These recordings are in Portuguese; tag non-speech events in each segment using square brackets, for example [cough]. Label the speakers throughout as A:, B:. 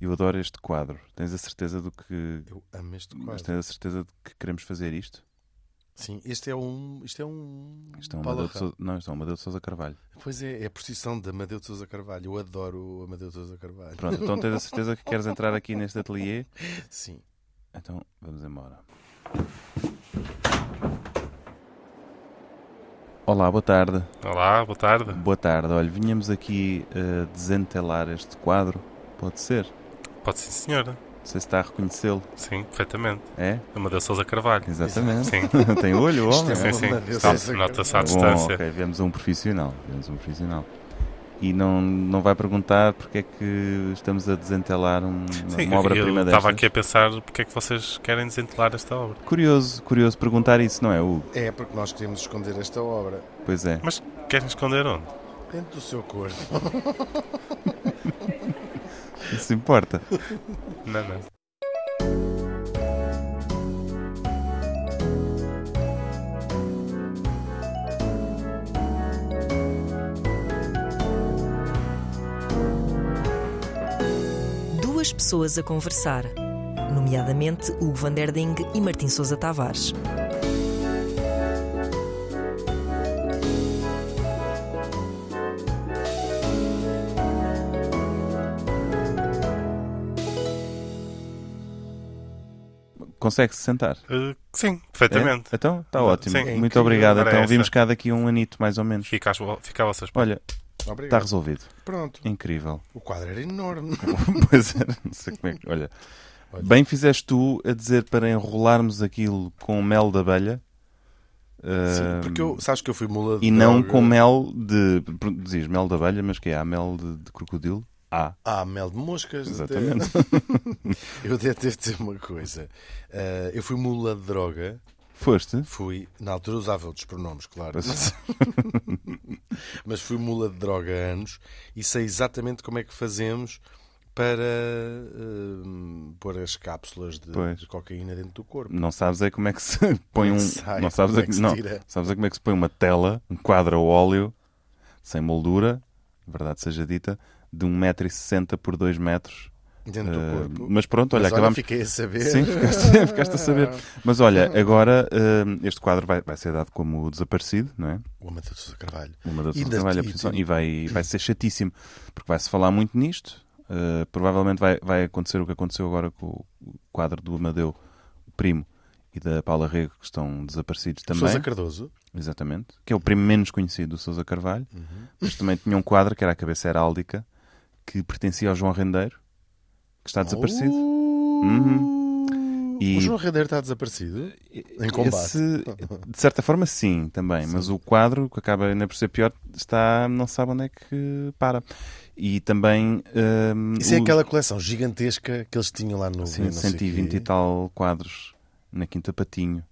A: Eu adoro este quadro. Tens a certeza do que.
B: Eu amo este
A: Mas
B: quadro.
A: tens a certeza de que queremos fazer isto?
B: Sim, este é um. Isto é um.
A: Isto é um
B: Paulo
A: Amadeu de
B: Arra-
A: Sousa... Não, isto é um Amadeu de Sousa Carvalho.
B: Pois é, é a procissão de Amadeu de Sousa Carvalho. Eu adoro o Amadeu de Sousa Carvalho.
A: Pronto, então tens a certeza que queres entrar aqui neste ateliê?
B: [laughs] Sim.
A: Então vamos embora. Olá, boa tarde.
C: Olá, boa tarde.
A: Boa tarde. Olha, vinhamos aqui eh, desentelar este quadro. Pode ser?
C: Pode sim, senhora.
A: Não sei se está a reconhecê-lo.
C: Sim, perfeitamente.
A: É?
C: Amadeu Sousa Carvalho.
A: Exatamente. [laughs]
C: Sim,
A: Tem olho, o homem.
B: Isto é
C: sim, sim.
B: Amadeu
C: Está-
B: Sousa
C: Nota-se à
A: Tá Bom,
C: distância.
A: ok, vemos um profissional. Vemos um profissional. E não, não vai perguntar porque é que estamos a desentelar um-
C: [laughs] Sim,
A: uma obra-prima
C: eu
A: desta.
C: estava aqui a pensar porque é que vocês querem desentelar esta obra.
A: Curioso, curioso perguntar isso, não é, Hugo?
B: É porque nós queríamos esconder esta obra
A: Pois
C: [laughs]
A: é.
C: Mas querem esconder onde?
B: dentro do seu corpo.
A: Isso importa.
C: Não, não.
D: Duas pessoas a conversar, nomeadamente Hugo van der Ding e Martim Sousa Tavares.
A: Consegue-se sentar?
C: Eh, sim,
A: É?
C: perfeitamente.
A: Então, está
C: Não,
A: ótimo.
C: sim. É
A: Muito
B: incrível.
A: obrigado.
C: Agora é
A: Então,
C: essa.
A: vimos cá daqui a um anito, mais ou menos.
C: Fica, às vo- fica a vossas
A: Olha, está
B: Obrigado.
A: resolvido.
B: Pronto.
A: Incrível. [laughs]
B: O quadro era enorme.
A: pois é, não sei como é que. Olha.
B: Olha.
A: Bem fizeste tu a dizer para enrolarmos aquilo com mel de abelha.
B: Sim,
A: ah,
B: porque eu, sabes que eu fui mula de
A: E não
B: droga.
A: com mel de. Dizes mel de abelha, mas que é? Há mel de, de crocodilo? Há.
B: Ah, mel de moscas. até.
A: Exatamente.
B: [laughs] Eu até devo dizer uma coisa. Ah, eu fui mula de droga.
A: [laughs] Foste?
B: Fui. Na altura usava outros pronomes, claro.
A: Pois.
B: Mas, [laughs] mas fui mula de droga há anos e sei exatamente como é que fazemos para ah, pôr as cápsulas de,
A: Pois.
B: de cocaína dentro do corpo.
A: Não sabes é como é que se [laughs] põe
B: Não
A: um.
B: sei
A: não sabes é
B: como é
A: que,
B: que se
A: não,
B: tira.
A: sabes é como é que se põe uma tela, um quadro a óleo, sem moldura, verdade seja dita, de 1,60m por 2 metros.
B: Dentro do
A: Ah,
B: corpo.
A: mas pronto, olha,
B: Mas
A: acabamos.
B: fiquei a
A: [laughs]
B: saber.
A: Sim, ficaste, ficaste a
B: [laughs]
A: saber. Mas olha, agora ah, este quadro vai, vai ser dado como desaparecido, não é?
B: O Amadeu de Sousa Carvalho.
A: Uma das
B: E
A: pessoas
B: da-
A: trabalha a
B: e
A: posição
B: tem-
A: é e vai, vai ser chatíssimo, porque vai-se falar muito nisto. Uh, provavelmente vai, vai acontecer o que aconteceu agora com o quadro do Amadeu Primo e da Paula Rego, que estão desaparecidos também.
B: Sousa Cardoso.
A: Exatamente. Que é o primo menos conhecido do Sousa Carvalho.
B: Uhum.
A: Mas também tinha um quadro que era a cabeça heráldica, que pertencia ao João Rendeiro, que está desaparecido.
B: Oh,
A: Uhum.
B: O
A: E-
B: João Rendeiro está desaparecido? Em combate.
A: esse, de certa forma, sim, também. Mas o quadro, que acaba ainda por ser pior, está, não sabe onde é que para. E também. hum,
B: Isso é
A: o-
B: aquela coleção gigantesca que eles tinham lá no
A: sim,
B: não sei
A: 120 e
B: quê.
A: tal quadros na Quinta Patinho.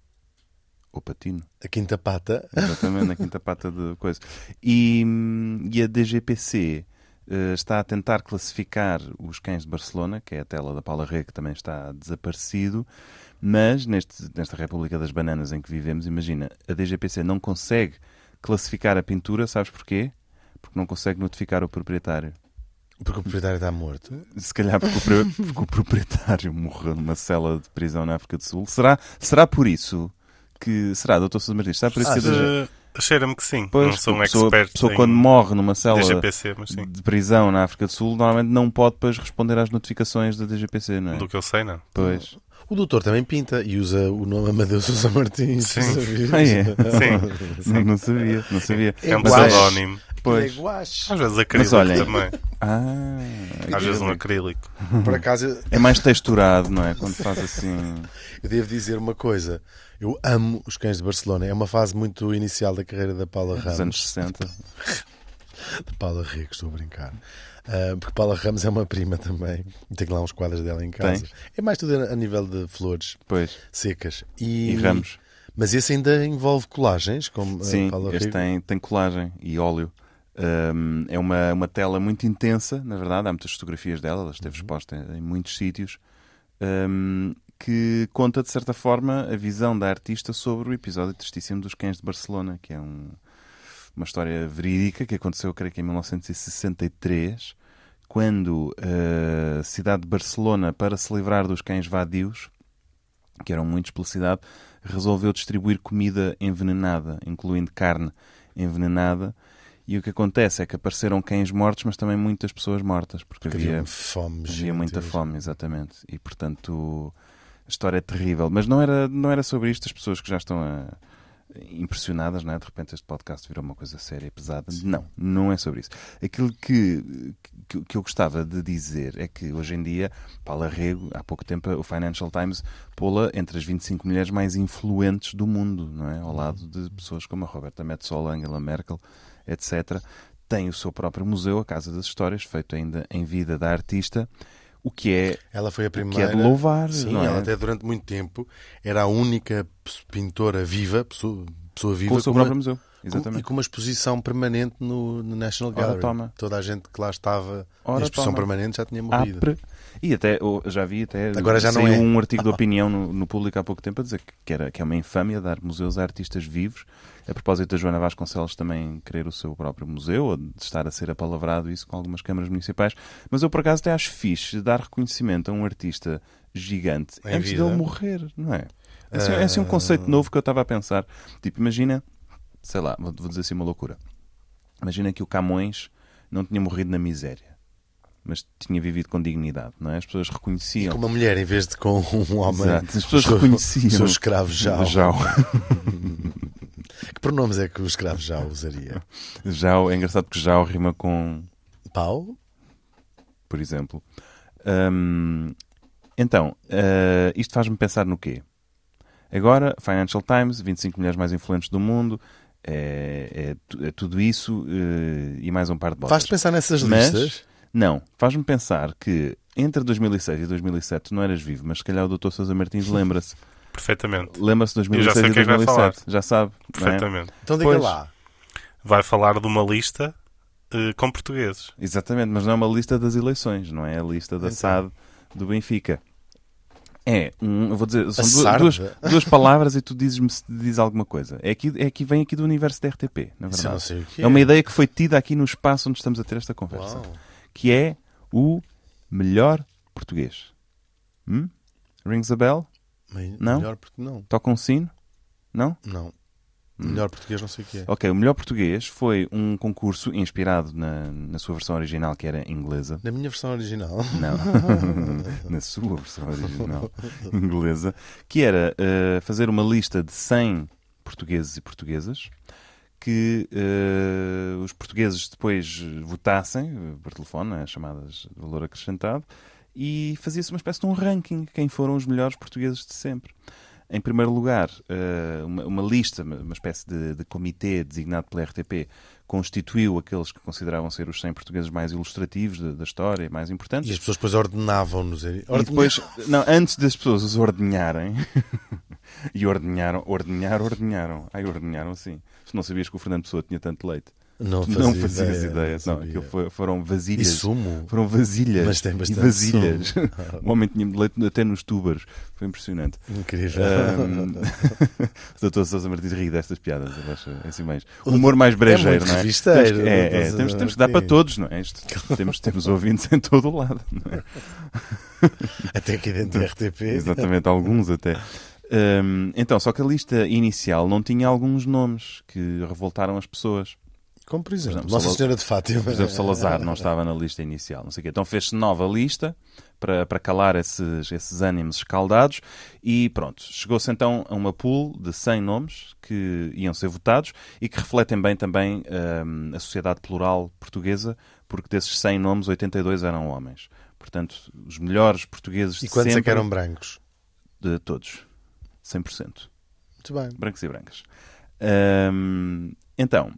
A: Ou Patino,
B: A quinta pata.
A: exatamente, na Quinta Pata de coisa. E, hum, e a DGPC. eh, está a tentar classificar os cães de Barcelona, que é a tela da Paula Rê, que também está desaparecido, Mas neste- nesta República das Bananas em que vivemos, imagina, a DGPC não consegue classificar a pintura, sabes porquê? Porque não consegue notificar o proprietário.
B: Porque o proprietário está morto.
A: Se calhar porque o, pre- [laughs] porque o proprietário morreu numa cela de prisão na África do Sul. Será, será por isso que. Será, Dr. Sousa Martins? Será por isso
B: Ah,
A: que a
B: sim.
A: DG...
C: Eh, Cheira-me que sim.
A: tipo Pois,
C: não sou um
A: a pessoa,
C: expert
A: a pessoa
C: em
A: quando morre numa cela
C: DGPC, mas sim.
A: de prisão na África do Sul, normalmente não pode depois responder às notificações da DGPC, não é?
C: Do que eu sei, não. [laughs]
A: Pois.
B: O doutor também pinta e usa o nome Amadeu Sousa Martins.
C: Sim.
B: sabias?
A: Ah, é?
B: [laughs]
C: Sim,
A: Não,
C: sim.
A: não sabia, não sabia.
B: É
C: É um
B: Mas guache.
C: pseudónimo.
A: Pois.
B: Ele é guache.
C: Às vezes acrílico
A: olhem,
C: também.
A: Ah,
C: Às vezes um acrílico.
B: Por acaso, eu-
A: É mais texturado, não é? Quando faz
B: [laughs]
A: assim.
B: eu devo dizer uma coisa. Eu amo os cães de Barcelona. É uma fase muito inicial da carreira da Paula
A: Dos
B: Ramos.
A: anos 60.
B: De Paula Rego, estou a brincar. Ah, porque Paula Ramos é uma prima também. Tenho lá uns quadros dela em casa.
A: Tens?
B: É mais tudo a a nível de flores
A: Pois.
B: secas. E,
A: E ramos.
B: Mas esse ainda envolve colagens, como a
A: Sim,
B: eh, Paula
A: este
B: Rego.
A: tem, tem colagem e óleo. Hum, é uma, uma tela muito intensa, na verdade. Há muitas fotografias dela, ela esteve exposta em, em muitos sítios. hum, que conta, de certa forma, a visão da artista sobre o episódio tristíssimo dos cães de Barcelona, que é um- uma história verídica que aconteceu, creio que em 1963, quando eh, a cidade de Barcelona, para se livrar dos cães vadios, que eram muitos pela cidade, resolveu distribuir comida envenenada, incluindo carne envenenada. E o que acontece é que apareceram cães mortos, mas também muitas pessoas mortas, porque
B: Que
A: havia,
B: havia fome.
A: havia
B: gente. é
A: muita fome, exatamente. E portanto a história é terrível. Mas não era, não era sobre isto as pessoas que já estão a- impressionadas, não é? De repente este podcast virou uma coisa séria e pesada. Não, não é sobre isso. Aquilo que, que, que eu gostava de dizer é que hoje em dia, Paula Rego, há pouco tempo, o Financial Times pô-la entre as 25 mulheres mais influentes do mundo, não é? Ao
B: Uhum.
A: lado de pessoas como a Roberta Metsola, Angela Merkel, etc. Tem o seu próprio museu, a Casa das Histórias, feito ainda em vida da artista, o que é
B: Ela foi a
A: é de
B: primeira.
A: louvar,
B: Sim,
A: não é?
B: ela até durante muito tempo era a única pes- pintora viva, pessoa, pessoa viva,
A: com o seu
B: com uma-
A: próprio museu.
B: com- e
A: Exatamente.
B: com uma exposição permanente no, no National
A: Ora,
B: Gallery.
A: toma.
B: Toda a gente que lá estava
A: Ora,
B: na exposição
A: toma. Ah,
B: permanente já tinha morrido.
A: Apre. E até, eu já vi até,
B: Agora já não
A: saiu
B: é.
A: um artigo de opinião no, no público há pouco tempo a dizer que, que era, que é uma infâmia dar museus a artistas vivos. A propósito da Joana Vasconcelos também querer o seu próprio museu, ou de estar a ser apalavrado isso com algumas câmaras municipais. Mas eu por acaso até acho fixe dar reconhecimento a um artista gigante
B: Em
A: antes
B: vida. Ah.
A: dele morrer, não é? É assim, é assim um conceito novo que eu estava a pensar. Tipo, imagina, sei lá, vou vou dizer assim uma loucura. Imagina que o Camões não tinha morrido na miséria, mas tinha vivido com dignidade, não é? As pessoas
B: E
A: reconheciam.
B: com uma mulher em vez de com um homem.
A: Exato. As pessoas
B: O seu-
A: reconheciam.
B: o seu escravo Jao.
A: Jao.
B: Que pronomes é que o escravo já usaria?
A: [laughs] Jao, é engraçado porque Jao rima com,
B: Pau?
A: por exemplo. Hum, então, eh, isto faz-me pensar no quê? Agora, Financial Times, 25 mulheres mais influentes do mundo, é, é tu- é tudo isso eh, e mais um par de botas.
B: Faz-te pensar nessas
A: Mas-
B: listas?
A: Não, faz-me pensar que entre 2006 e 2007 tu não eras vivo, mas se calhar o Dr. Sousa
B: [laughs]
A: Martins lembra-se.
C: Perfeitamente.
A: Lembra-se de
C: Eu
A: 2006
C: já sei
A: e
C: o que é que vai
A: 2007. Já sabe. não é?
C: Perfeitamente.
B: Então diga
A: Pois.
B: lá.
C: Vai falar de uma lista eh, com portugueses.
A: Exatamente, mas não é uma lista das eleições, não é a lista da
B: Então.
A: SAD do Benfica. É, um, eu vou dizer, são
B: A
A: du-
B: SAD?
A: duas, duas palavras e tu dizes-me se te diz alguma coisa. É aqui, é aqui, vem aqui do universo da RTP, na
B: Isso eu não
A: verdade.
B: sei o que é.
A: É uma ideia que foi tida aqui no espaço onde estamos a ter esta conversa,
B: Uau.
A: que é o melhor português. Hum? Rings a bell?
B: Me-
A: Não?
B: Melhor porque não.
A: Toca um sino? Não?
B: Não.
A: Hum.
B: Melhor português não sei o que é.
A: Ok, o melhor português foi um concurso inspirado na, na sua versão original, que era inglesa.
B: Na minha versão
A: [laughs]
B: original.
A: Não, na sua versão original inglesa, que era eh, fazer uma lista de 100 portugueses e portuguesas que eh, os portugueses depois votassem eh, por telefone, né, chamadas de valor acrescentado, e fazia-se uma espécie de um ranking quem foram os melhores portugueses de sempre. Em primeiro lugar, eh, uma, uma lista, uma uma espécie de, de comitê designado pela RTP, constituiu aqueles que consideravam ser os 100 portugueses mais ilustrativos da, da história, mais importantes.
B: E as pessoas depois ordenavam-nos.
A: E
B: Orden...
A: depois, não, antes das pessoas os ordenharem, [laughs] e ordenharam, ordenhar, ordenharam. Ai, ordenharam sim. Se não sabias que o Fernando Pessoa tinha tanto leite,
B: Não
A: Tu
B: fazias,
A: não fazias ideia. Não,
B: sabia.
A: aquilo foi- foram
B: E
A: vasilhas.
B: sumo.
A: Foram vasilhas.
B: Mas tem bastante
A: e vasilhas.
B: sumo.
A: [laughs] o homem tinha leite até nos túbaros. Foi
B: [laughs]
A: impressionante.
B: Incrível.
A: Ahm, [laughs] o Dr. Sousa Martins ri destas piadas, eu acho, é assim mais. O humor mais brejeiro,
B: muito
A: não é? Temos que,
B: revisteiro,
A: é,
B: Dr.
A: é,
B: Sousa
A: temos, temos que dar para
B: Martins.
A: todos, não é? Isto- temos, temos ouvintes em todo o lado, não é?
B: [laughs] Até aqui dentro do RTP.
A: [laughs]
B: [laughs]
A: Exatamente, alguns até. Hum, então, só que a lista inicial não tinha alguns nomes que revoltaram as pessoas.
B: Como por exemplo,
A: exemplo,
B: Nossa
A: Salazar-
B: Senhora de Fátima.
A: Por exemplo, Salazar não estava na lista inicial, não sei o quê. Então fez-se nova lista para, para calar esses, esses ânimos escaldados e pronto. Chegou-se então a uma pool de 100 nomes que iam ser votados e que refletem bem também hum, a sociedade plural portuguesa, porque desses 100 nomes, 82 eram homens. Portanto, os melhores portugueses
B: E quantos
A: sempre,
B: é que eram brancos?
A: de todos. 100%.
B: Muito bem.
A: Brancos e brancas. Ahm, então,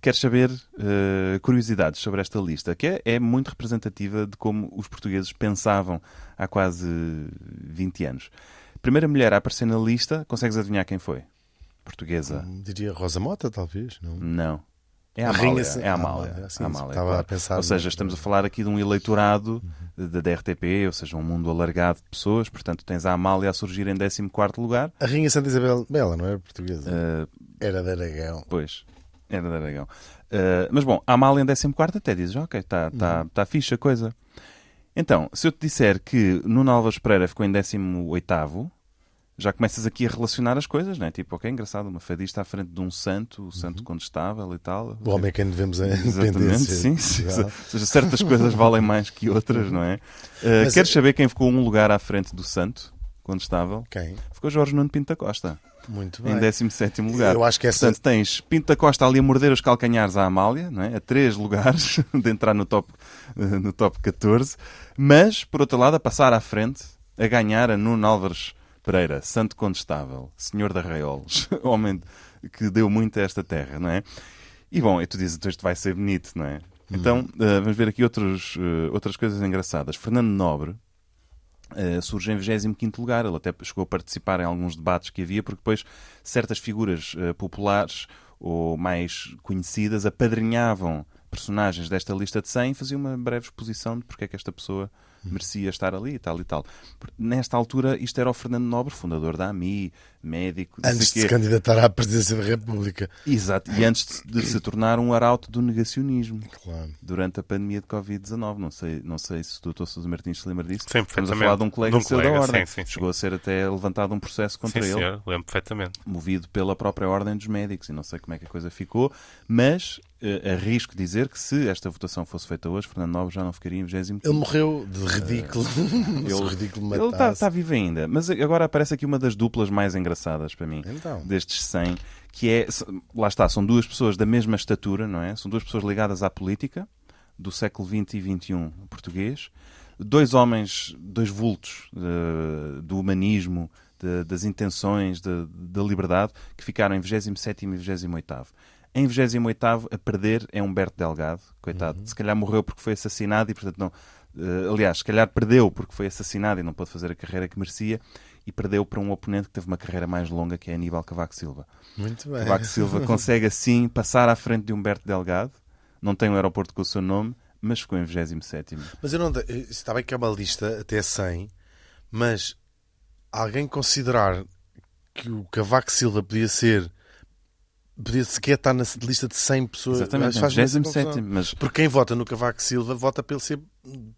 A: queres saber eh, curiosidades sobre esta lista, que é, é muito representativa de como os portugueses pensavam há quase 20 anos. Primeira mulher a aparecer na lista, consegues adivinhar quem foi? Portuguesa.
B: Diria Rosa Mota, talvez, não?
A: Não. É a
B: Rainha
A: Amália.
B: Sa-
A: É a
B: Amália,
A: Amália.
B: Uhum. sim,
A: A Amália,
B: estava a
A: claro.
B: pensar Uhum.
A: Ou seja,
B: no-
A: estamos a falar aqui de um eleitorado da da RTP, ou seja, um mundo alargado de pessoas. Portanto, tens a Amália a surgir em 14 lugar.
B: A Rainha Santa Isabel Bela não era portuguesa.
A: Eh,
B: Era de Aragão.
A: Pois. Era de Aragão. Ah, mas bom, a Amália em 14 até dizes, ok, está
B: Uhum.
A: tá, tá fixe a coisa. Então, se eu te disser que Nuno Alves Pereira ficou em 18 já começas aqui a relacionar as coisas, não é? Tipo, ok, engraçado, uma fadista à frente de um santo, o santo contestável e tal.
B: Uhum. O homem a quem devemos a independência.
A: [laughs] Exatamente, sim. sim.
B: de
A: Ou
B: Portugal.
A: seja, certas coisas valem mais que outras, não
B: [laughs]
A: é? Uh,
B: Mas
A: queres
B: é-
A: saber quem ficou um lugar à frente do santo contestável?
B: Quem?
A: Ficou Jorge Nuno Pinto da Costa,
B: Muito
A: em
B: bem.
A: 17 lugar.
B: Eu acho que essa-
A: Portanto, tens Pinto da Costa ali a morder os calcanhares à Amália, não é? a três lugares [laughs] de entrar no top, eh, no top 14, mas, por outro lado, a passar à frente, a ganhar a Nuno Álvares Pereira, santo contestável, senhor da Arraiolos, [laughs] homem que deu muito a esta terra, não é? E bom, e tu dizes, então isto vai ser bonito, não
B: Uhum.
A: é? Então, eh, vamos ver aqui outros, eh, outras coisas engraçadas. Fernando Nobre, eh, surge em 25 lugar. Ele até chegou a participar em alguns debates que havia, porque depois certas figuras eh, populares ou mais conhecidas apadrinhavam personagens desta lista de 100 e faziam uma breve exposição de porque é que esta pessoa merecia estar ali e tal e tal. Por- Nesta altura, isto era o Fernando Nobre, fundador da AMI, médico... assim, não sei
B: Antes de
A: quê.
B: se candidatar à presidência da República.
A: Exato, e antes de se tornar um arauto do negacionismo
B: Claro.
A: durante a pandemia de Covid-19. Não sei, não sei se o Dr. Sousa Martins se lembra disso.
C: Sim,
A: Estamos a
C: perfeitamente.
A: falar de um colega
C: De um
A: seu da
C: colega,
A: ordem.
C: sim, sim, sim.
A: Chegou a ser até levantado um processo
C: Sim,
A: contra ele,
C: senhor, lembro perfeitamente.
A: movido pela própria ordem dos médicos. E não sei como é que a coisa ficou, mas eh, arrisco dizer que se esta votação fosse feita hoje, Fernando Nobre já não ficaria em 25
B: Ele morreu de ridículo. [laughs] Se o
A: É. ele-
B: ridículo
A: Ele está
B: matasse.
A: tá vivo ainda, mas agora aparece aqui uma das duplas mais engraçadas para mim,
B: Então.
A: destes 100, que é, s- lá está, são duas pessoas da mesma estatura, não é? São duas pessoas ligadas à política do século XX e XXI português, dois homens, dois vultos eh, do humanismo, de- das intenções, de- da liberdade, que ficaram em 27 e 28. Em 28 a perder é Humberto Delgado, coitado.
B: Uhum.
A: Se calhar morreu porque foi assassinado e, portanto, não. eh, aliás, se calhar perdeu porque foi assassinado e não pôde fazer a carreira que merecia e perdeu para um oponente que teve uma carreira mais longa, que é Aníbal Cavaco Silva.
B: Muito bem.
A: Cavaco Silva consegue assim passar à frente de Humberto Delgado, não tem um aeroporto com o seu nome, mas ficou em 27.
B: Mas eu não. de- Está bem que é uma lista até 100, mas alguém considerar que o Cavaco Silva podia ser. podia sequer estar na lista de 100 pessoas.
A: Exatamente, em
B: faz-me essa
A: 27.
B: confusão.
A: Mas
B: Porque quem vota no Cavaco Silva vota pelo ser.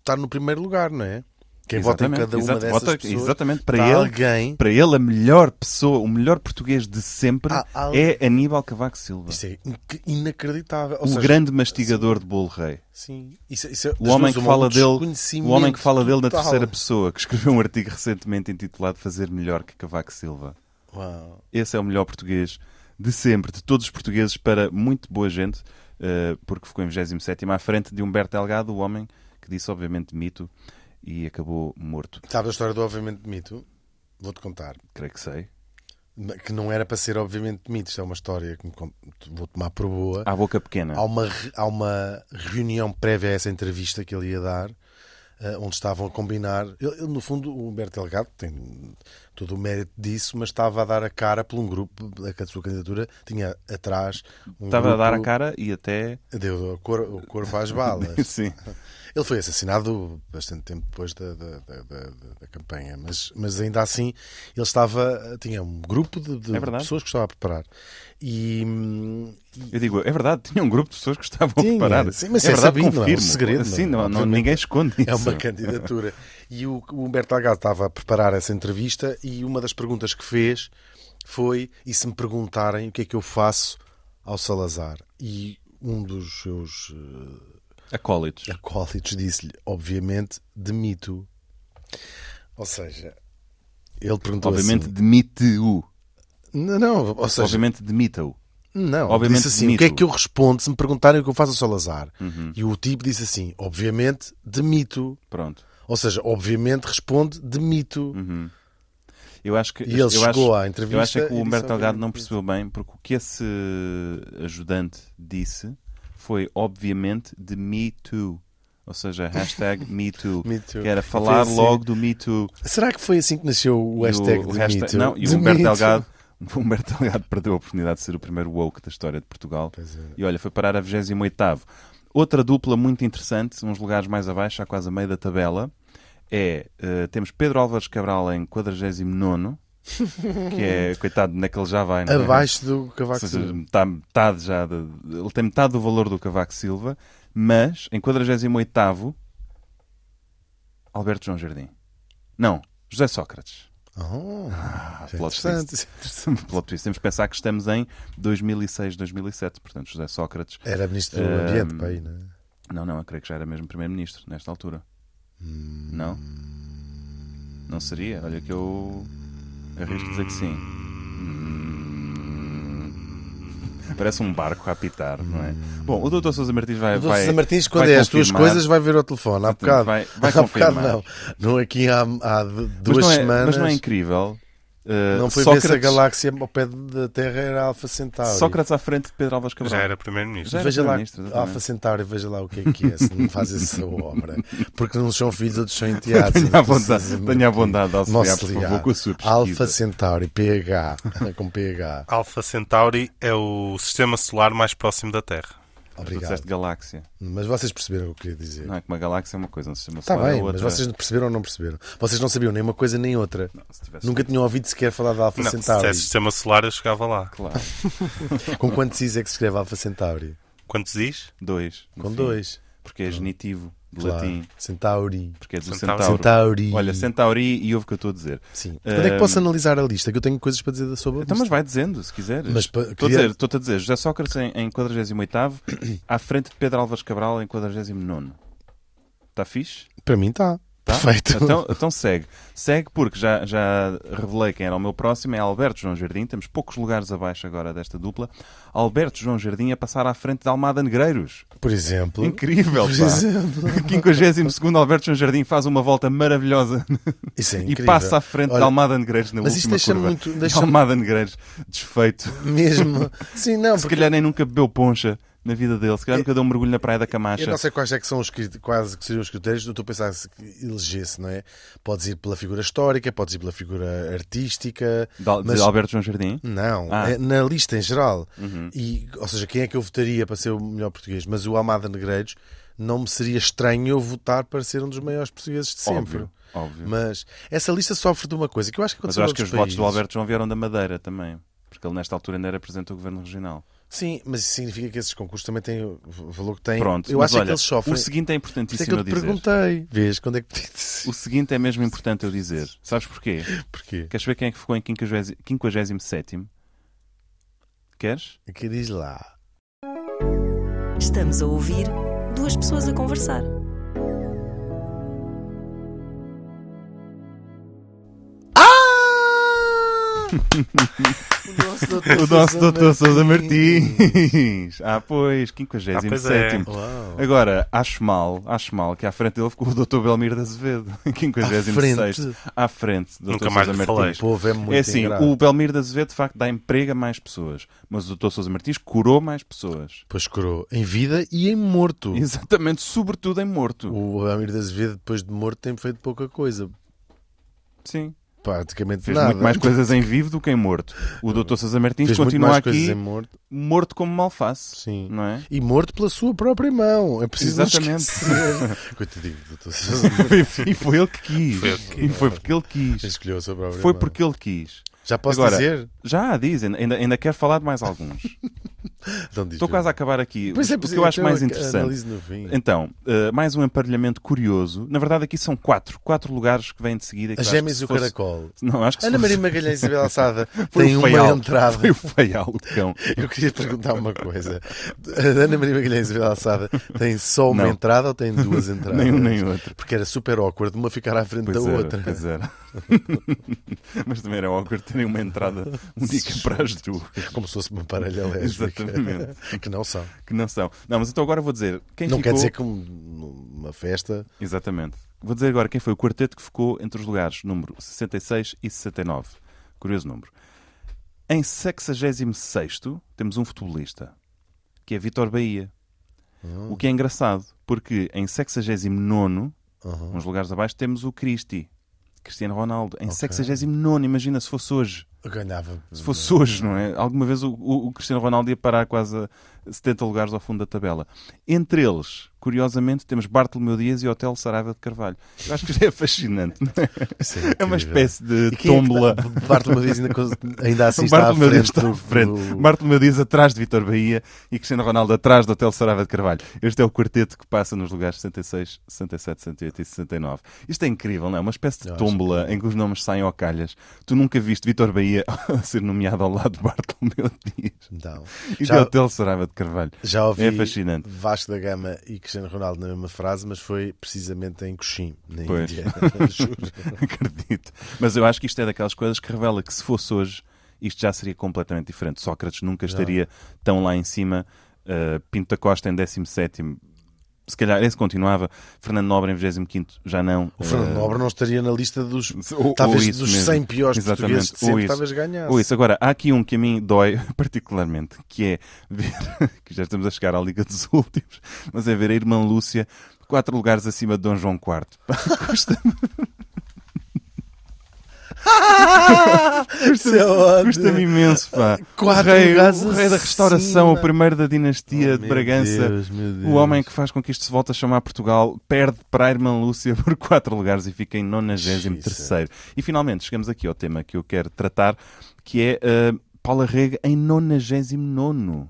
B: estar no primeiro lugar, não é? Quem vota em
A: Exatamente,
B: cada uma
A: exato,
B: dessas
A: vota-
B: pessoas.
A: exatamente, para
B: está
A: ele-
B: alguém.
A: para ele, a melhor pessoa, o melhor português de sempre
B: Ah, ah,
A: é Aníbal Cavaco Silva,
B: Isto é inc- inacreditável. Ou
A: o
B: seja,
A: grande mastigador de bolo rei.
B: Sim. Isso, isso é-
A: O
B: das
A: homem,
B: duas,
A: que
B: uma, um
A: fala dele, o
B: desconhecimento
A: homem que fala dele na
B: total.
A: terceira pessoa, que escreveu um artigo recentemente intitulado Fazer Melhor que Cavaco Silva.
B: Uau.
A: Esse é o melhor português de sempre, de todos os portugueses, para muito boa gente, eh, porque ficou em 27 à frente de Humberto Delgado, o homem que disse, obviamente, mito e acabou morto.
B: Sabe a história do Obviamente de Mito? Vou-te contar.
A: Creio que sei.
B: Que não era para ser Obviamente de Mito. Isto é uma história que me con- vou tomar por boa.
A: À boca pequena.
B: Há um uma, re- há uma reunião prévia a essa entrevista que ele ia dar, eh, onde estavam a combinar. ele- ele, no fundo, o Humberto Delgado tem todo o mérito disso, mas estava a dar a cara por um grupo, a sua candidatura tinha atrás um
A: Estava a
B: grupo-
A: dar a cara e até.
B: Deu, o cor, o cor faz balas.
A: [laughs] Sim.
B: Ele foi assassinado bastante tempo depois da, da, da, da- da campanha, mas, mas ainda assim ele estava. tinha um grupo de, de
A: É verdade.
B: pessoas que estava a preparar. E. hum,
A: Eu digo, é verdade, tinha um grupo de pessoas que estavam
B: Tinha,
A: a reparar.
B: sim, mas
A: é
B: é
A: verdade,
B: sabido, não é um
A: confirmo.
B: segredo,
A: Sim,
B: não é?
A: não, não-
B: Obviamente.
A: ninguém esconde isso.
B: É uma [laughs] candidatura. E o, o Humberto Algado estava a preparar essa entrevista e uma das perguntas que fez foi: e se me perguntarem o que é que eu faço ao Salazar? E um dos seus eh, É
A: Acólitos.
B: acólitos disse-lhe, obviamente, demito. Ou seja, ele perguntou
A: Obviamente,
B: assim...
A: demite-o.
B: Não, não, ou seja,
A: Obviamente, demita-o.
B: não,
A: obviamente
B: disse assim, o
A: demito.
B: que é que eu respondo se me perguntarem o que eu faço ao Salazar?
A: Uhum.
B: E o tipo disse assim, obviamente, demito.
A: Pronto.
B: Ou seja, obviamente responde demito.
A: Uhum. Eu acho que
B: E ele
A: eu
B: chegou
A: acho,
B: à entrevista
A: Eu acho é que
B: e
A: o Humberto
B: disse,
A: Delgado não
B: "Obviamente,
A: percebeu bem, porque o que esse ajudante disse foi, obviamente, de Me Too. Ou seja,
B: [laughs]
A: hashtag Me Too.
B: Me Too.
A: Que era
B: Foi
A: falar
B: assim.
A: logo do Me Too.
B: Será que foi assim que nasceu o
A: E
B: hashtag
A: o
B: demito?
A: hashtag- Não, e o
B: Demito.
A: Humberto Delgado. [laughs] o Humberto Delgado perdeu a oportunidade de ser o primeiro woke da história de Portugal.
B: Pois é.
A: E olha, foi parar a 28 Outra dupla muito interessante, uns lugares mais abaixo, já quase a meio da tabela, é eh, temos Pedro Álvares Cabral em 49 que
B: [laughs]
A: é, coitado, naquele já vai. não é?
B: Abaixo do
A: Ou
B: Cavaco
A: seja,
B: Silva.
A: metade, metade já de- ele tem metade do valor do Cavaco Silva, mas em 48 Alberto João Jardim. Não, José Sócrates.
B: Ah, isso é
A: plot
B: interessante. isso é interessante.
A: [laughs] Plot twist. Temos que pensar que estamos em 2006, 2007. Portanto, José Sócrates.
B: Era ministro do
A: Ahm,
B: Ambiente para aí, não é?
A: Não, não, eu creio que já era mesmo primeiro-ministro nesta altura. Não? Não seria? Olha que eu arrisco dizer que sim. [laughs] Parece um barco a apitar, não é? Bom, o Dr. Sousa Martins vai.
B: O Dr.
A: vai-
B: Sousa Martins,
A: vai
B: quando é as tuas
A: confirmar.
B: coisas, vai ver ao telefone. Há
A: Exatamente,
B: bocado.
A: vai- vai
B: [laughs] há bocado
A: confirmar.
B: não. não. Aqui há, há d-
A: Mas
B: duas
A: não é-
B: semanas.
A: Mas não é incrível? Uh,
B: Não foi ver se a
A: Sócrates,
B: galáxia ao pé da Terra era Alfa Centauri.
A: Sócrates à frente de Pedro Alves Cabral.
C: Já era primeiro-ministro.
A: Já era
B: veja lá,
A: primeiro-ministro, exatamente.
B: Alfa Centauri, veja lá o que é que é, se não faz essa obra. Porque não são filhos, outros
A: [laughs]
B: são enteados.
A: Tenha a bondade, tenha a bondade de
B: Nosso
A: auxiliar, por favor,
B: liado.
A: com a sua pesquisa.
B: Alfa Centauri, PH, [laughs] com PH.
C: Alpha Centauri é o sistema solar mais próximo da Terra.
A: Tu
B: Obrigado.
A: disseste galáxia.
B: Mas vocês perceberam o que eu queria dizer.
A: Não é que uma galáxia é uma coisa, um sistema
B: Está
A: solar é
B: Tá bem, mas
A: outra.
B: vocês perceberam ou não perceberam? Vocês não sabiam nem uma coisa nem outra.
A: Se tivesse-
B: Nunca tinham ouvido sequer falar da Alfa
C: Não, se
B: Centauri.
C: tivesse sistema solar, eu chegava lá.
A: [laughs] Claro,
B: Com quantos is é que se escreve Alfa Centauri?
C: Quantos diz?
A: dois. no
B: Com
A: fim.
B: dois.
A: Porque é genitivo do
B: Claro.
A: latim,
B: Centauri.
A: porque é do
C: Centauro.
A: centauro.
B: Centauri.
A: Olha, centauri e ouve o que eu estou a dizer.
B: Sim. Quando é que posso analisar a lista? Que eu tenho coisas para dizer sobre a lista.
A: Então, mas vai dizendo, se quiseres.
B: Mas pa-
A: Estou
B: queria-
A: a dizer, estou-te a dizer, José Sócrates em, em
B: [coughs]
A: 48 à frente de Pedro Álvares Cabral em 49 Está fixe?
B: Para mim está.
A: Tá?
B: Perfeito.
A: Então, então segue. Segue porque já, já revelei quem era o meu próximo, é Alberto João Jardim. Temos poucos lugares abaixo agora desta dupla. Alberto João Jardim a passar à frente de Almada Negreiros.
B: [laughs] Por exemplo.
A: Incrível,
B: [laughs] Por
A: pá.
B: exemplo.
A: 52 Alberto João Jardim faz uma volta maravilhosa [laughs]
B: Isso é
A: e
B: incrível.
A: passa à frente de
B: Olha,
A: Almada Negreiros na
B: mas isto
A: última
B: deixa-me
A: curva.
B: muito-
A: E
B: deixa-me-
A: Almada Negreiros desfeito. [laughs]
B: Mesmo. Sim, não,
A: Se
B: porque
A: calhar nem nunca bebeu poncha na vida dele. Se calhar nunca deu um mergulho na Praia da
B: É- eu
A: Camacha.
B: não sei quais é que são os crit- quais que seriam os critérios. Eu estou a pensar se elegesse, não é? Podes ir pela figura histórica, podes ir pela figura artística.
A: De, Al- de
B: mas-
A: Alberto João Jardim.
B: Não,
A: Ah. Uhum.
B: é na lista em geral. E, ou seja, quem é que eu votaria para ser o melhor português? Mas o Amada Negreiros não me seria estranho eu votar para ser um dos maiores portugueses de sempre.
A: Óbvio, óbvio.
B: Mas essa lista sofre de uma coisa que eu acho que
A: Mas
B: aconteceu
A: eu acho que os votos
B: noutros
A: do
B: países.
A: Alberto João vieram da Madeira também. Porque ele, nesta altura, ainda era presidente do governo regional.
B: Sim, mas isso significa que esses concursos também têm o valor que têm.
A: Pronto,
B: eu
A: mas
B: acho é
A: olha,
B: que eles sofrem.
A: O seguinte é
B: Por isso é
A: importantíssimo
B: que eu
A: eu
B: te
A: dizer.
B: perguntei. Vês, quando é que pedi isso?
A: O seguinte é mesmo importante eu dizer. Sabes porquê?
B: [laughs] Porquê?
A: Queres ver quem é que ficou em 50 57? Queres?
B: O que diz lá?
D: Estamos a ouvir duas pessoas a conversar.
A: [laughs] O
B: [laughs]
A: nosso Dr. Sousa Martins. Ah, pois, 57.
C: Ah, pois é.
B: Uau.
A: Agora, acho mal, acho mal que à frente dele ficou o Dr. Belmiro de Azevedo, [laughs] em 56. À frente, do
C: Nunca
A: Dr.
C: mais
A: Sousa
C: lhe
A: Martins.
B: O
C: falei.
B: povo é muito
A: é assim,
B: ingrato.
A: o Belmiro de Azevedo de facto dá emprego a mais pessoas, mas o Dr. Sousa Martins curou mais
B: [laughs]
A: pessoas.
B: Pois curou. Em vida e em morto.
A: Exatamente, sobretudo em morto.
B: O Amir da Azevedo, depois de morto, tem feito pouca coisa.
A: Sim.
B: Praticamente
A: Fez
B: nada.
A: muito mais coisas em vivo do que em morto. O Dr. Sousa Martins
B: Fez muito
A: continua
B: mais
A: aqui
B: coisas em morto.
A: morto como malface.
B: Sim.
A: Não é?
B: E morto pela sua própria mão. É preciso não
A: Exatamente.
B: esquecer. [laughs] Coitadinho do Dr. Sousa Martins.
A: [laughs] e foi ele que quis.
C: Foi ele que
A: E foi porque ele quis.
B: Escolheu a sua própria
A: Foi
B: mão.
A: porque ele quis.
B: Já posso
A: Agora,
B: dizer?
A: Já, dizem, ainda, ainda quero falar de mais
B: [laughs]
A: alguns.
B: Então diz,
A: Estou quase a acabar aqui.
B: Pois é,
A: o que
B: pois é,
A: eu acho
B: então
A: mais
B: eu
A: interessante.
B: analiso no fim.
A: Então, eh, mais um emparelhamento curioso. Na verdade, aqui são quatro. Quatro lugares que vêm de seguida. e que
B: As
A: eu acho
B: gêmeas
A: que se
B: e o
A: fosse-
B: caracol.
A: Não, acho que se
B: Ana
A: fosse-
B: Maria Magalhães e Isabel Assada
A: [laughs] foi
B: têm
A: o
B: uma
A: feial.
B: entrada.
A: Foi um- o feial, o cão.
B: Eu queria perguntar
A: [laughs]
B: uma coisa. A Ana Maria Magalhães e Isabel Assada têm só uma
A: Não.
B: entrada ou
A: [laughs]
B: têm duas entradas?
A: Nem um nem outro.
B: Porque era super awkward uma ficar à frente
A: Pois
B: da
A: era,
B: outra.
A: pois
B: [laughs]
A: era. [laughs] Mas também era awkward terem uma
B: [laughs]
A: entrada única para as duas.
B: Como se fosse
A: [laughs]
B: uma parelha lésbica.
A: Exatamente.
B: [laughs] Que não são.
A: Que não são. Não, mas então agora vou dizer. Quem
B: não
A: ficou...
B: quer dizer que um- uma festa.
A: Exatamente. Vou dizer agora quem foi o quarteto que ficou entre os lugares número 66 e 69. Curioso número. Em 66 temos um futebolista, que é Vitor Bahia.
B: Hum.
A: O que é engraçado, porque em 69,
B: Uhum.
A: uns lugares abaixo, temos o Cristi, Cristiano Ronaldo. Em 69, imagina se fosse hoje.
B: Ganhava.
A: Se fosse hoje, não é? Alguma vez o, o- o Cristiano Ronaldo ia parar quase a, 70 lugares ao fundo da tabela. Entre eles, curiosamente, temos Bartolomeu Dias e Hotel Saraiva de Carvalho. Eu acho que já é fascinante. não é?
B: Isso
A: É uma
B: incrível.
A: espécie de
B: E quem é que
A: tómbola.
B: dá- Bartolomeu Dias ainda, coisa- ainda assiste
A: Bartolomeu
B: à frente.
A: Dias está
B: do-
A: à frente.
B: do-
A: Bartolomeu Dias atrás de Vitor Bahia e Cristiano Ronaldo atrás do Hotel Saraiva de Carvalho. Este é o quarteto que passa nos lugares 66, 67, 68 e 69. Isto é incrível, não é? Uma espécie de
B: Eu acho é.
A: tómbola em que os nomes saem ao calhas. Tu nunca viste Vitor Bahia [laughs] a ser nomeado ao lado de Bartolomeu Dias
B: Não.
A: e
B: Então, Já-
A: do Hotel Saraiva de Carvalho.
B: Já ouvi
A: É fascinante.
B: Vasco da Gama e Cristiano Ronaldo na mesma frase, mas foi precisamente em Cochim, na
A: Pois.
B: Índia. [laughs] Juro. [laughs]
A: Acredito. Mas eu acho que isto é daquelas coisas que revela que se fosse hoje, isto já seria completamente diferente. Sócrates nunca estaria tão lá em cima. Uh, Pinto da Costa em 17. Se calhar esse continuava. Fernando Nobre em 25. Já não.
B: O Fernando
A: Uh,
B: Nobre não estaria na lista dos,
A: Ou- ou
B: talvez
A: isso
B: dos
A: mesmo.
B: 100 piores
A: Exatamente.
B: portugueses de sempre,
A: Ou isso.
B: talvez ganhasse.
A: Ou isso, agora, há aqui um que a mim dói [laughs] particularmente, que é ver [laughs] que já estamos a chegar à Liga dos Últimos, mas é ver a irmã Lúcia quatro lugares acima de Dom João IV. [laughs] Pá, Custa-me
B: [laughs] Isso é ótimo.
A: custa-me imenso, pá.
B: Quatro
A: o rei,
B: lugares
A: o rei da restauração,
B: acima.
A: o primeiro da dinastia
B: Oh,
A: de
B: meu
A: Bragança,
B: Deus, meu Deus.
A: o homem que faz com que isto se volte a chamar Portugal, perde para a irmã Lúcia por quatro lugares e fica em 93. E finalmente chegamos aqui ao tema que eu quero tratar, que é eh, Paula Rega em 99.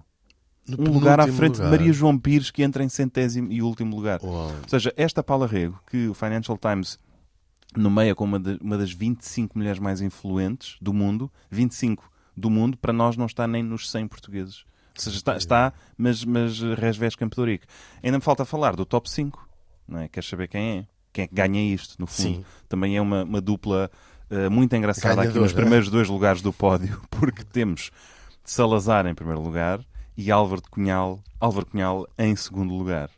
B: No
A: um lugar à
B: penúltimo
A: frente
B: lugar.
A: de Maria João Pires, que entra em centésimo e último lugar.
B: Uau.
A: Ou seja, esta Paula Rego, que o Financial Times nomeia como uma, de- uma das 25 mulheres mais influentes do mundo, 25 do mundo, para nós não está nem nos 100 portugueses. Ou seja, está, está mas, mas resvés Campo de Ourique. Ainda me falta falar do top 5. Não é? Queres saber quem é? Quem é que ganha isto, no fundo?
B: Sim.
A: Também é uma, uma dupla eh, muito engraçada aqui nos
B: Ganhadora.
A: primeiros dois lugares do pódio, [laughs] porque temos Salazar em primeiro lugar e Álvaro de Cunhal, Álvaro Cunhal em segundo lugar.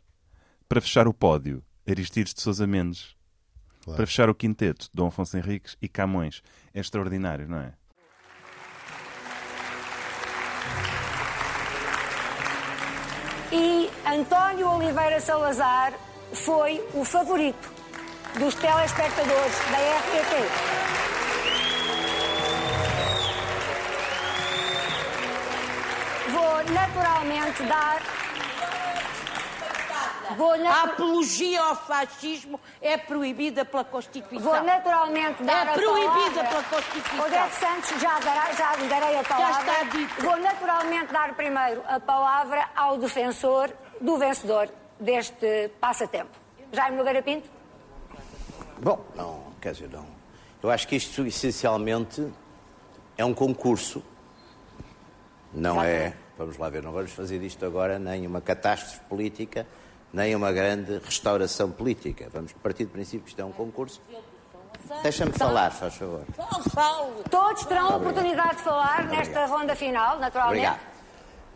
A: Para fechar o pódio, Aristides de Sousa Mendes.
B: Claro.
A: Para fechar o quinteto, Dom Afonso Henriques e Camões. É extraordinário, não é?
E: E António Oliveira Salazar foi o favorito dos telespectadores da RTP. Vou naturalmente dar. Vou,
F: A
E: natu-
F: apologia ao fascismo é proibida pela Constituição.
E: vou naturalmente dar.
F: então.
E: é.
F: é
E: a
F: proibida
E: palavra-
F: pela Constituição.
E: Odete Santos, já, dará, já lhe darei a palavra.
F: está dito.
E: Vou naturalmente dar primeiro a palavra ao defensor do vencedor deste passatempo. Jaime Nogueira Pinto.
G: Bom, não, quer dizer, não. Eu acho que isto essencialmente é um concurso. Não é, vamos lá ver, não vamos fazer disto agora nem uma catástrofe política, nem uma grande restauração política. Vamos partir do princípio que isto é um concurso. Deixa-me falar, faz favor.
F: Paulo, Paulo,
E: Todos terão a oportunidade de falar nesta ronda final, naturalmente.
G: Obrigado.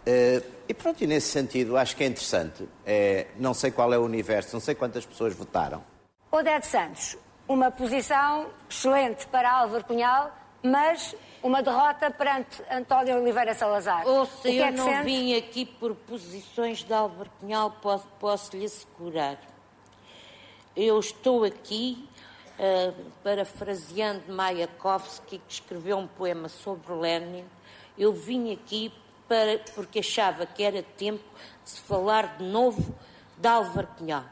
G: Eh, e pronto, e nesse sentido, acho que é interessante. Eh, não sei qual é o universo, não sei quantas pessoas votaram.
E: Odete Santos, uma posição excelente para Álvaro Cunhal, mas uma derrota perante António Oliveira Salazar.
F: ouça,
E: o que
F: Oh, eu
E: é que
F: não
E: sente?
F: vim aqui por posições de Álvaro Cunhal, posso, posso lhe assegurar. Eu estou aqui, ah, parafraseando Mayakovsky, que escreveu um poema sobre Lenin, eu vim aqui para, porque achava que era tempo de se falar de novo de Álvaro Cunhal.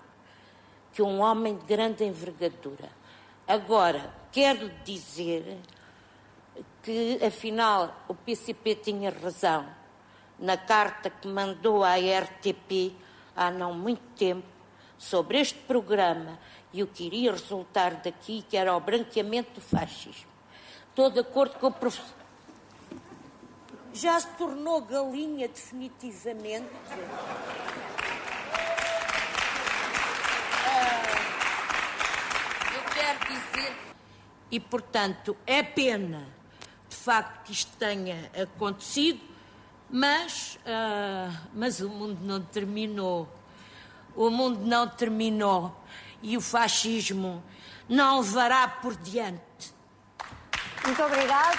F: que um homem de grande envergadura. Agora, quero dizer que, afinal, o PCP tinha razão na carta que mandou à RTP há não muito tempo sobre este programa e o que iria resultar daqui, que era o branqueamento do fascismo. Estou de acordo com o professor. Já se tornou galinha definitivamente. Eu quero dizer. E, portanto, é pena, de facto, que isto tenha acontecido, mas, ah, mas o mundo não terminou. O mundo não terminou e o fascismo não levará por diante.
E: Muito obrigado.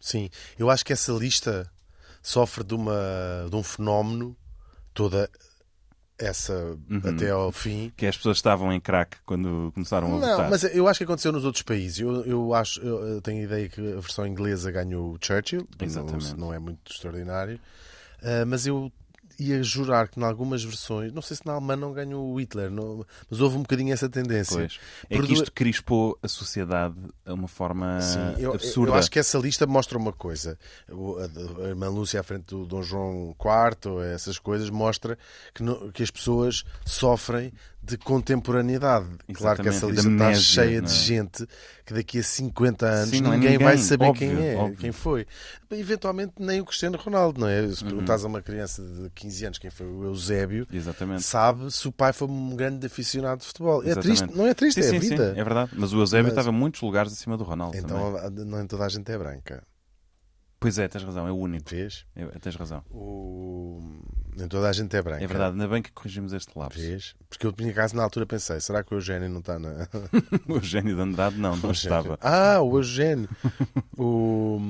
B: Sim, eu acho que essa lista sofre de, uma, de um fenómeno toda essa
A: Uhum.
B: até ao fim.
A: Que as pessoas estavam em crack quando começaram a
B: Não,
A: votar.
B: mas eu acho que aconteceu nos outros países. Eu, eu acho, eu eu tenho a ideia que a versão inglesa ganhou o Churchill,
A: Exatamente.
B: Não, não é muito extraordinário. Ah, mas eu ia jurar que em algumas versões, não sei se na Alemanha não ganhou o Hitler, não- mas houve um bocadinho essa tendência.
A: Pois. É
B: Por
A: que
B: duas-
A: isto crispou a sociedade a uma forma
B: Sim, eu,
A: Ah, absurda.
B: eu acho que essa lista mostra uma coisa. O- a, a irmã Lúcia à frente do Dom João IV, essas coisas, mostra que, no- que as pessoas sofrem de contemporaneidade. Claro que essa
A: Exatamente, e de
B: lista está
A: amnésia,
B: cheia
A: não
B: de
A: é?
B: gente que daqui a 50 anos
A: Sim, não é
B: ninguém,
A: ninguém,
B: vai saber quem
A: óbvio,
B: é,
A: óbvio.
B: quem foi. Eventualmente nem o Cristiano Ronaldo, não é? Se
A: Uhum.
B: perguntas a uma criança de 15 anos quem foi o Eusébio,
A: Exatamente.
B: sabe se o pai foi um grande aficionado de futebol. É
A: Exatamente.
B: triste, não é triste,
A: Sim,
B: é
A: sim,
B: a vida.
A: Sim, é verdade. Mas o Eusébio
B: Mas-
A: estava muitos lugares acima do Ronaldo também.
B: Então a- nem toda a gente é branca.
A: Pois é, tens razão, é o único.
B: Vês?
A: É, tens razão.
B: O... Nem toda a gente é branca.
A: É verdade, ainda bem que corrigimos este lapso.
B: Vês? Porque eu, por acaso, na altura pensei: será que o Eugênio não está na.
A: [laughs]
B: [laughs]
A: O Eugênio de Andrade não, não estava.
B: Ah, o Eugênio. [laughs] o...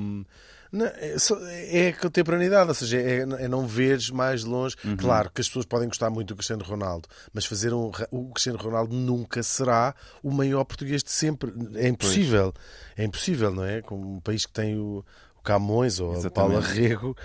B: Não, é, só- é contemporaneidade, ou seja, é, é não veres mais longe.
A: Uhum.
B: Claro que as pessoas podem gostar muito do Cristiano Ronaldo, mas fazer um. ra- O Cristiano Ronaldo nunca será o maior português de sempre. É impossível. É impossível, não é? Como um país que tem o. o Camões ou o Paulo
A: Exatamente. Uhum.
B: Arrego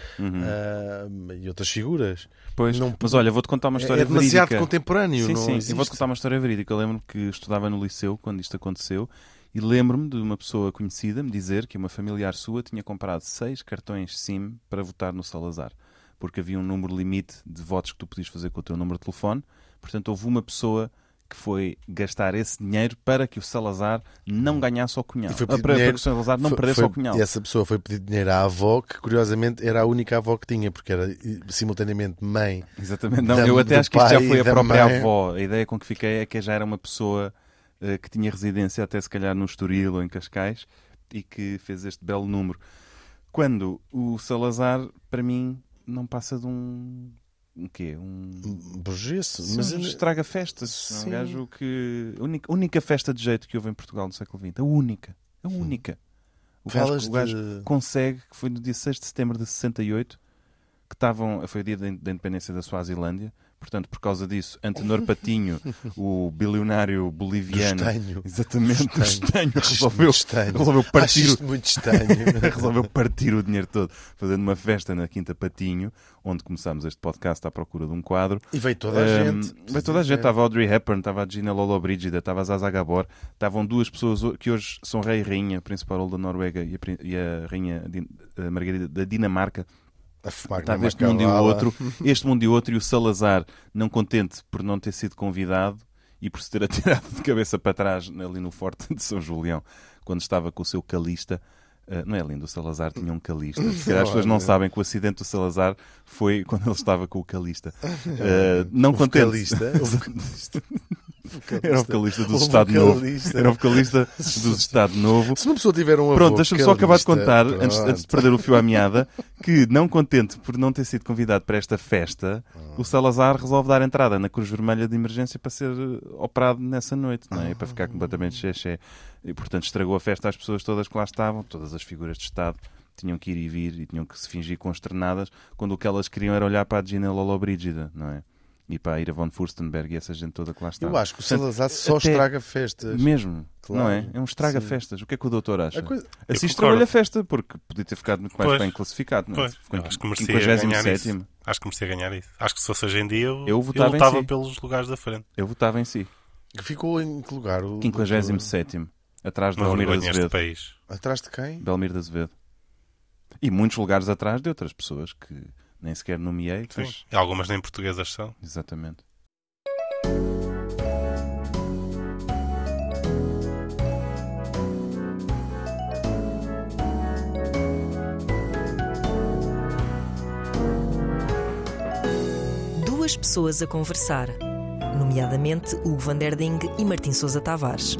B: ah, e outras figuras.
A: Pois,
B: Não-
A: mas olha, vou-te contar uma
B: É-
A: história
B: é demasiado
A: verídica.
B: contemporâneo,
A: Sim,
B: não
A: sim.
B: existe.
A: Eu vou-te contar uma história verídica. Eu lembro que estudava no liceu quando isto aconteceu e lembro-me de uma pessoa conhecida me dizer que uma familiar sua tinha comprado seis cartões SIM para votar no Salazar. Porque havia um número limite de votos que tu podias fazer com o teu número de telefone. Portanto, houve uma pessoa que foi gastar esse dinheiro para que o Salazar não ganhasse ao cunhal.
B: E foi
A: Ah, para,
B: pedir
A: para
B: dinheiro-
A: que o Salazar não
B: foi-
A: perdesse
B: foi-
A: ao cunhal.
B: E essa pessoa foi pedir dinheiro à avó, que curiosamente era a única avó que tinha, porque era e, simultaneamente mãe.
A: Exatamente. Não,
B: da-
A: eu até
B: do
A: acho que isto
B: pai
A: já foi
B: e
A: a
B: da
A: própria
B: mãe.
A: avó. A ideia com que fiquei é que já era uma pessoa eh, que tinha residência até se calhar no Estoril ou em Cascais e que fez este belo número. Quando o Salazar, para mim, não passa de um... Um quê? Um...
B: Burgesso.
A: Mas
B: Mas eu-
A: estraga festas. É
B: Sim.
A: Um gajo que... A única, única festa de jeito que houve em Portugal no século XX. A única. A única. O
B: Falas
A: gajo, o gajo
B: de-
A: consegue, que foi no dia 6 de setembro de 68, que estavam... Foi o dia da in- da independência da Suazilândia. Portanto, por causa disso, Antenor
B: [laughs]
A: Patinho, o bilionário boliviano...
B: Do estanho.
A: Exatamente, do
B: Do
A: estanho.
B: [laughs] estanho.
A: Resolveu,
B: Acho muito estanho.
A: resolveu
B: Acho
A: partir o-
B: isto é muito estranho.
A: [laughs] resolveu partir o dinheiro todo, fazendo uma festa na Quinta Patinho, onde começámos este podcast à procura de um quadro.
B: E veio toda a
A: Ahm,
B: gente.
A: Ehm, Veio toda a gente. Estava a Audrey Hepburn, estava a Gina Lolo Brigida, estava a Zaza Gabor, estavam duas pessoas ho- que hoje são rei e rainha, a principal da Noruega e a, prin- e a rainha din- a Margarida da Dinamarca.
B: a fumar
A: Estava
B: numa
A: este Tá mundo e o
B: cavala.
A: outro, este mundo e o outro, e o Salazar, não contente por não ter sido convidado e por se ter [laughs] atirado de cabeça para trás ali no Forte de São Julião, quando estava com o seu calista. Ah, não é lindo, o Salazar tinha um calista. Se calhar as pessoas não sabem que o acidente do Salazar foi quando ele estava com o calista. Ah, não
B: O
A: contente. [laughs]
B: vocalista? O vocalista.
A: Era o vocalista do
B: O
A: Estado Novo.
B: vocalista.
A: Era o vocalista do Estado Novo.
B: Se uma pessoa tiver um avô
A: Pronto, deixa-me só acabar de
B: vocalista,
A: contar, antes,
B: pronto.
A: antes de perder o fio à meada, que não contente por não ter sido convidado para esta festa, o Salazar resolve dar entrada na Cruz Vermelha de Emergência para ser eh, operado nessa noite, não é? E para
B: Uhum.
A: ficar completamente xexé. E, portanto, estragou a festa às pessoas todas que lá estavam, todas as figuras de Estado tinham que ir e vir e tinham que se fingir consternadas, quando o que elas queriam era olhar para a Gina Lollobrigida, não é? E para a Ira von Furstenberg e essa gente toda que lá estava.
B: Eu acho que o
A: Portanto,
B: Salazar só
A: até-
B: estraga festas.
A: mesmo,
B: Claro.
A: não é? É um estraga-festas. O que é que o doutor acha?
B: A coisa-
A: Assis
C: Eu concordo.
A: trabalha a festa, porque podia ter ficado muito mais
C: Pois.
A: bem classificado, não é?
C: Pois,
A: Ficou em
C: acho que merecia ganhar isso.
A: 57º.
C: Acho que merecia ganhar isso. Acho que se fosse hoje em dia, eu,
A: Eu votava em
C: lutava
A: si.
C: pelos lugares da frente.
A: Eu votava em si.
B: Que ficou em que lugar? O-
A: 57 atrás de
C: Uma
A: Belmiro
C: vergonha
A: de
C: neste
A: Azevedo.
C: país.
B: Atrás de quem?
A: Belmiro de Azevedo. E muitos lugares atrás de outras pessoas que nem sequer nomeei.
C: Sim.
A: Mas...
C: Algumas nem portuguesas são.
A: Exatamente.
D: Duas pessoas a conversar, nomeadamente Hugo Van Der Ding e Martim Sousa Tavares.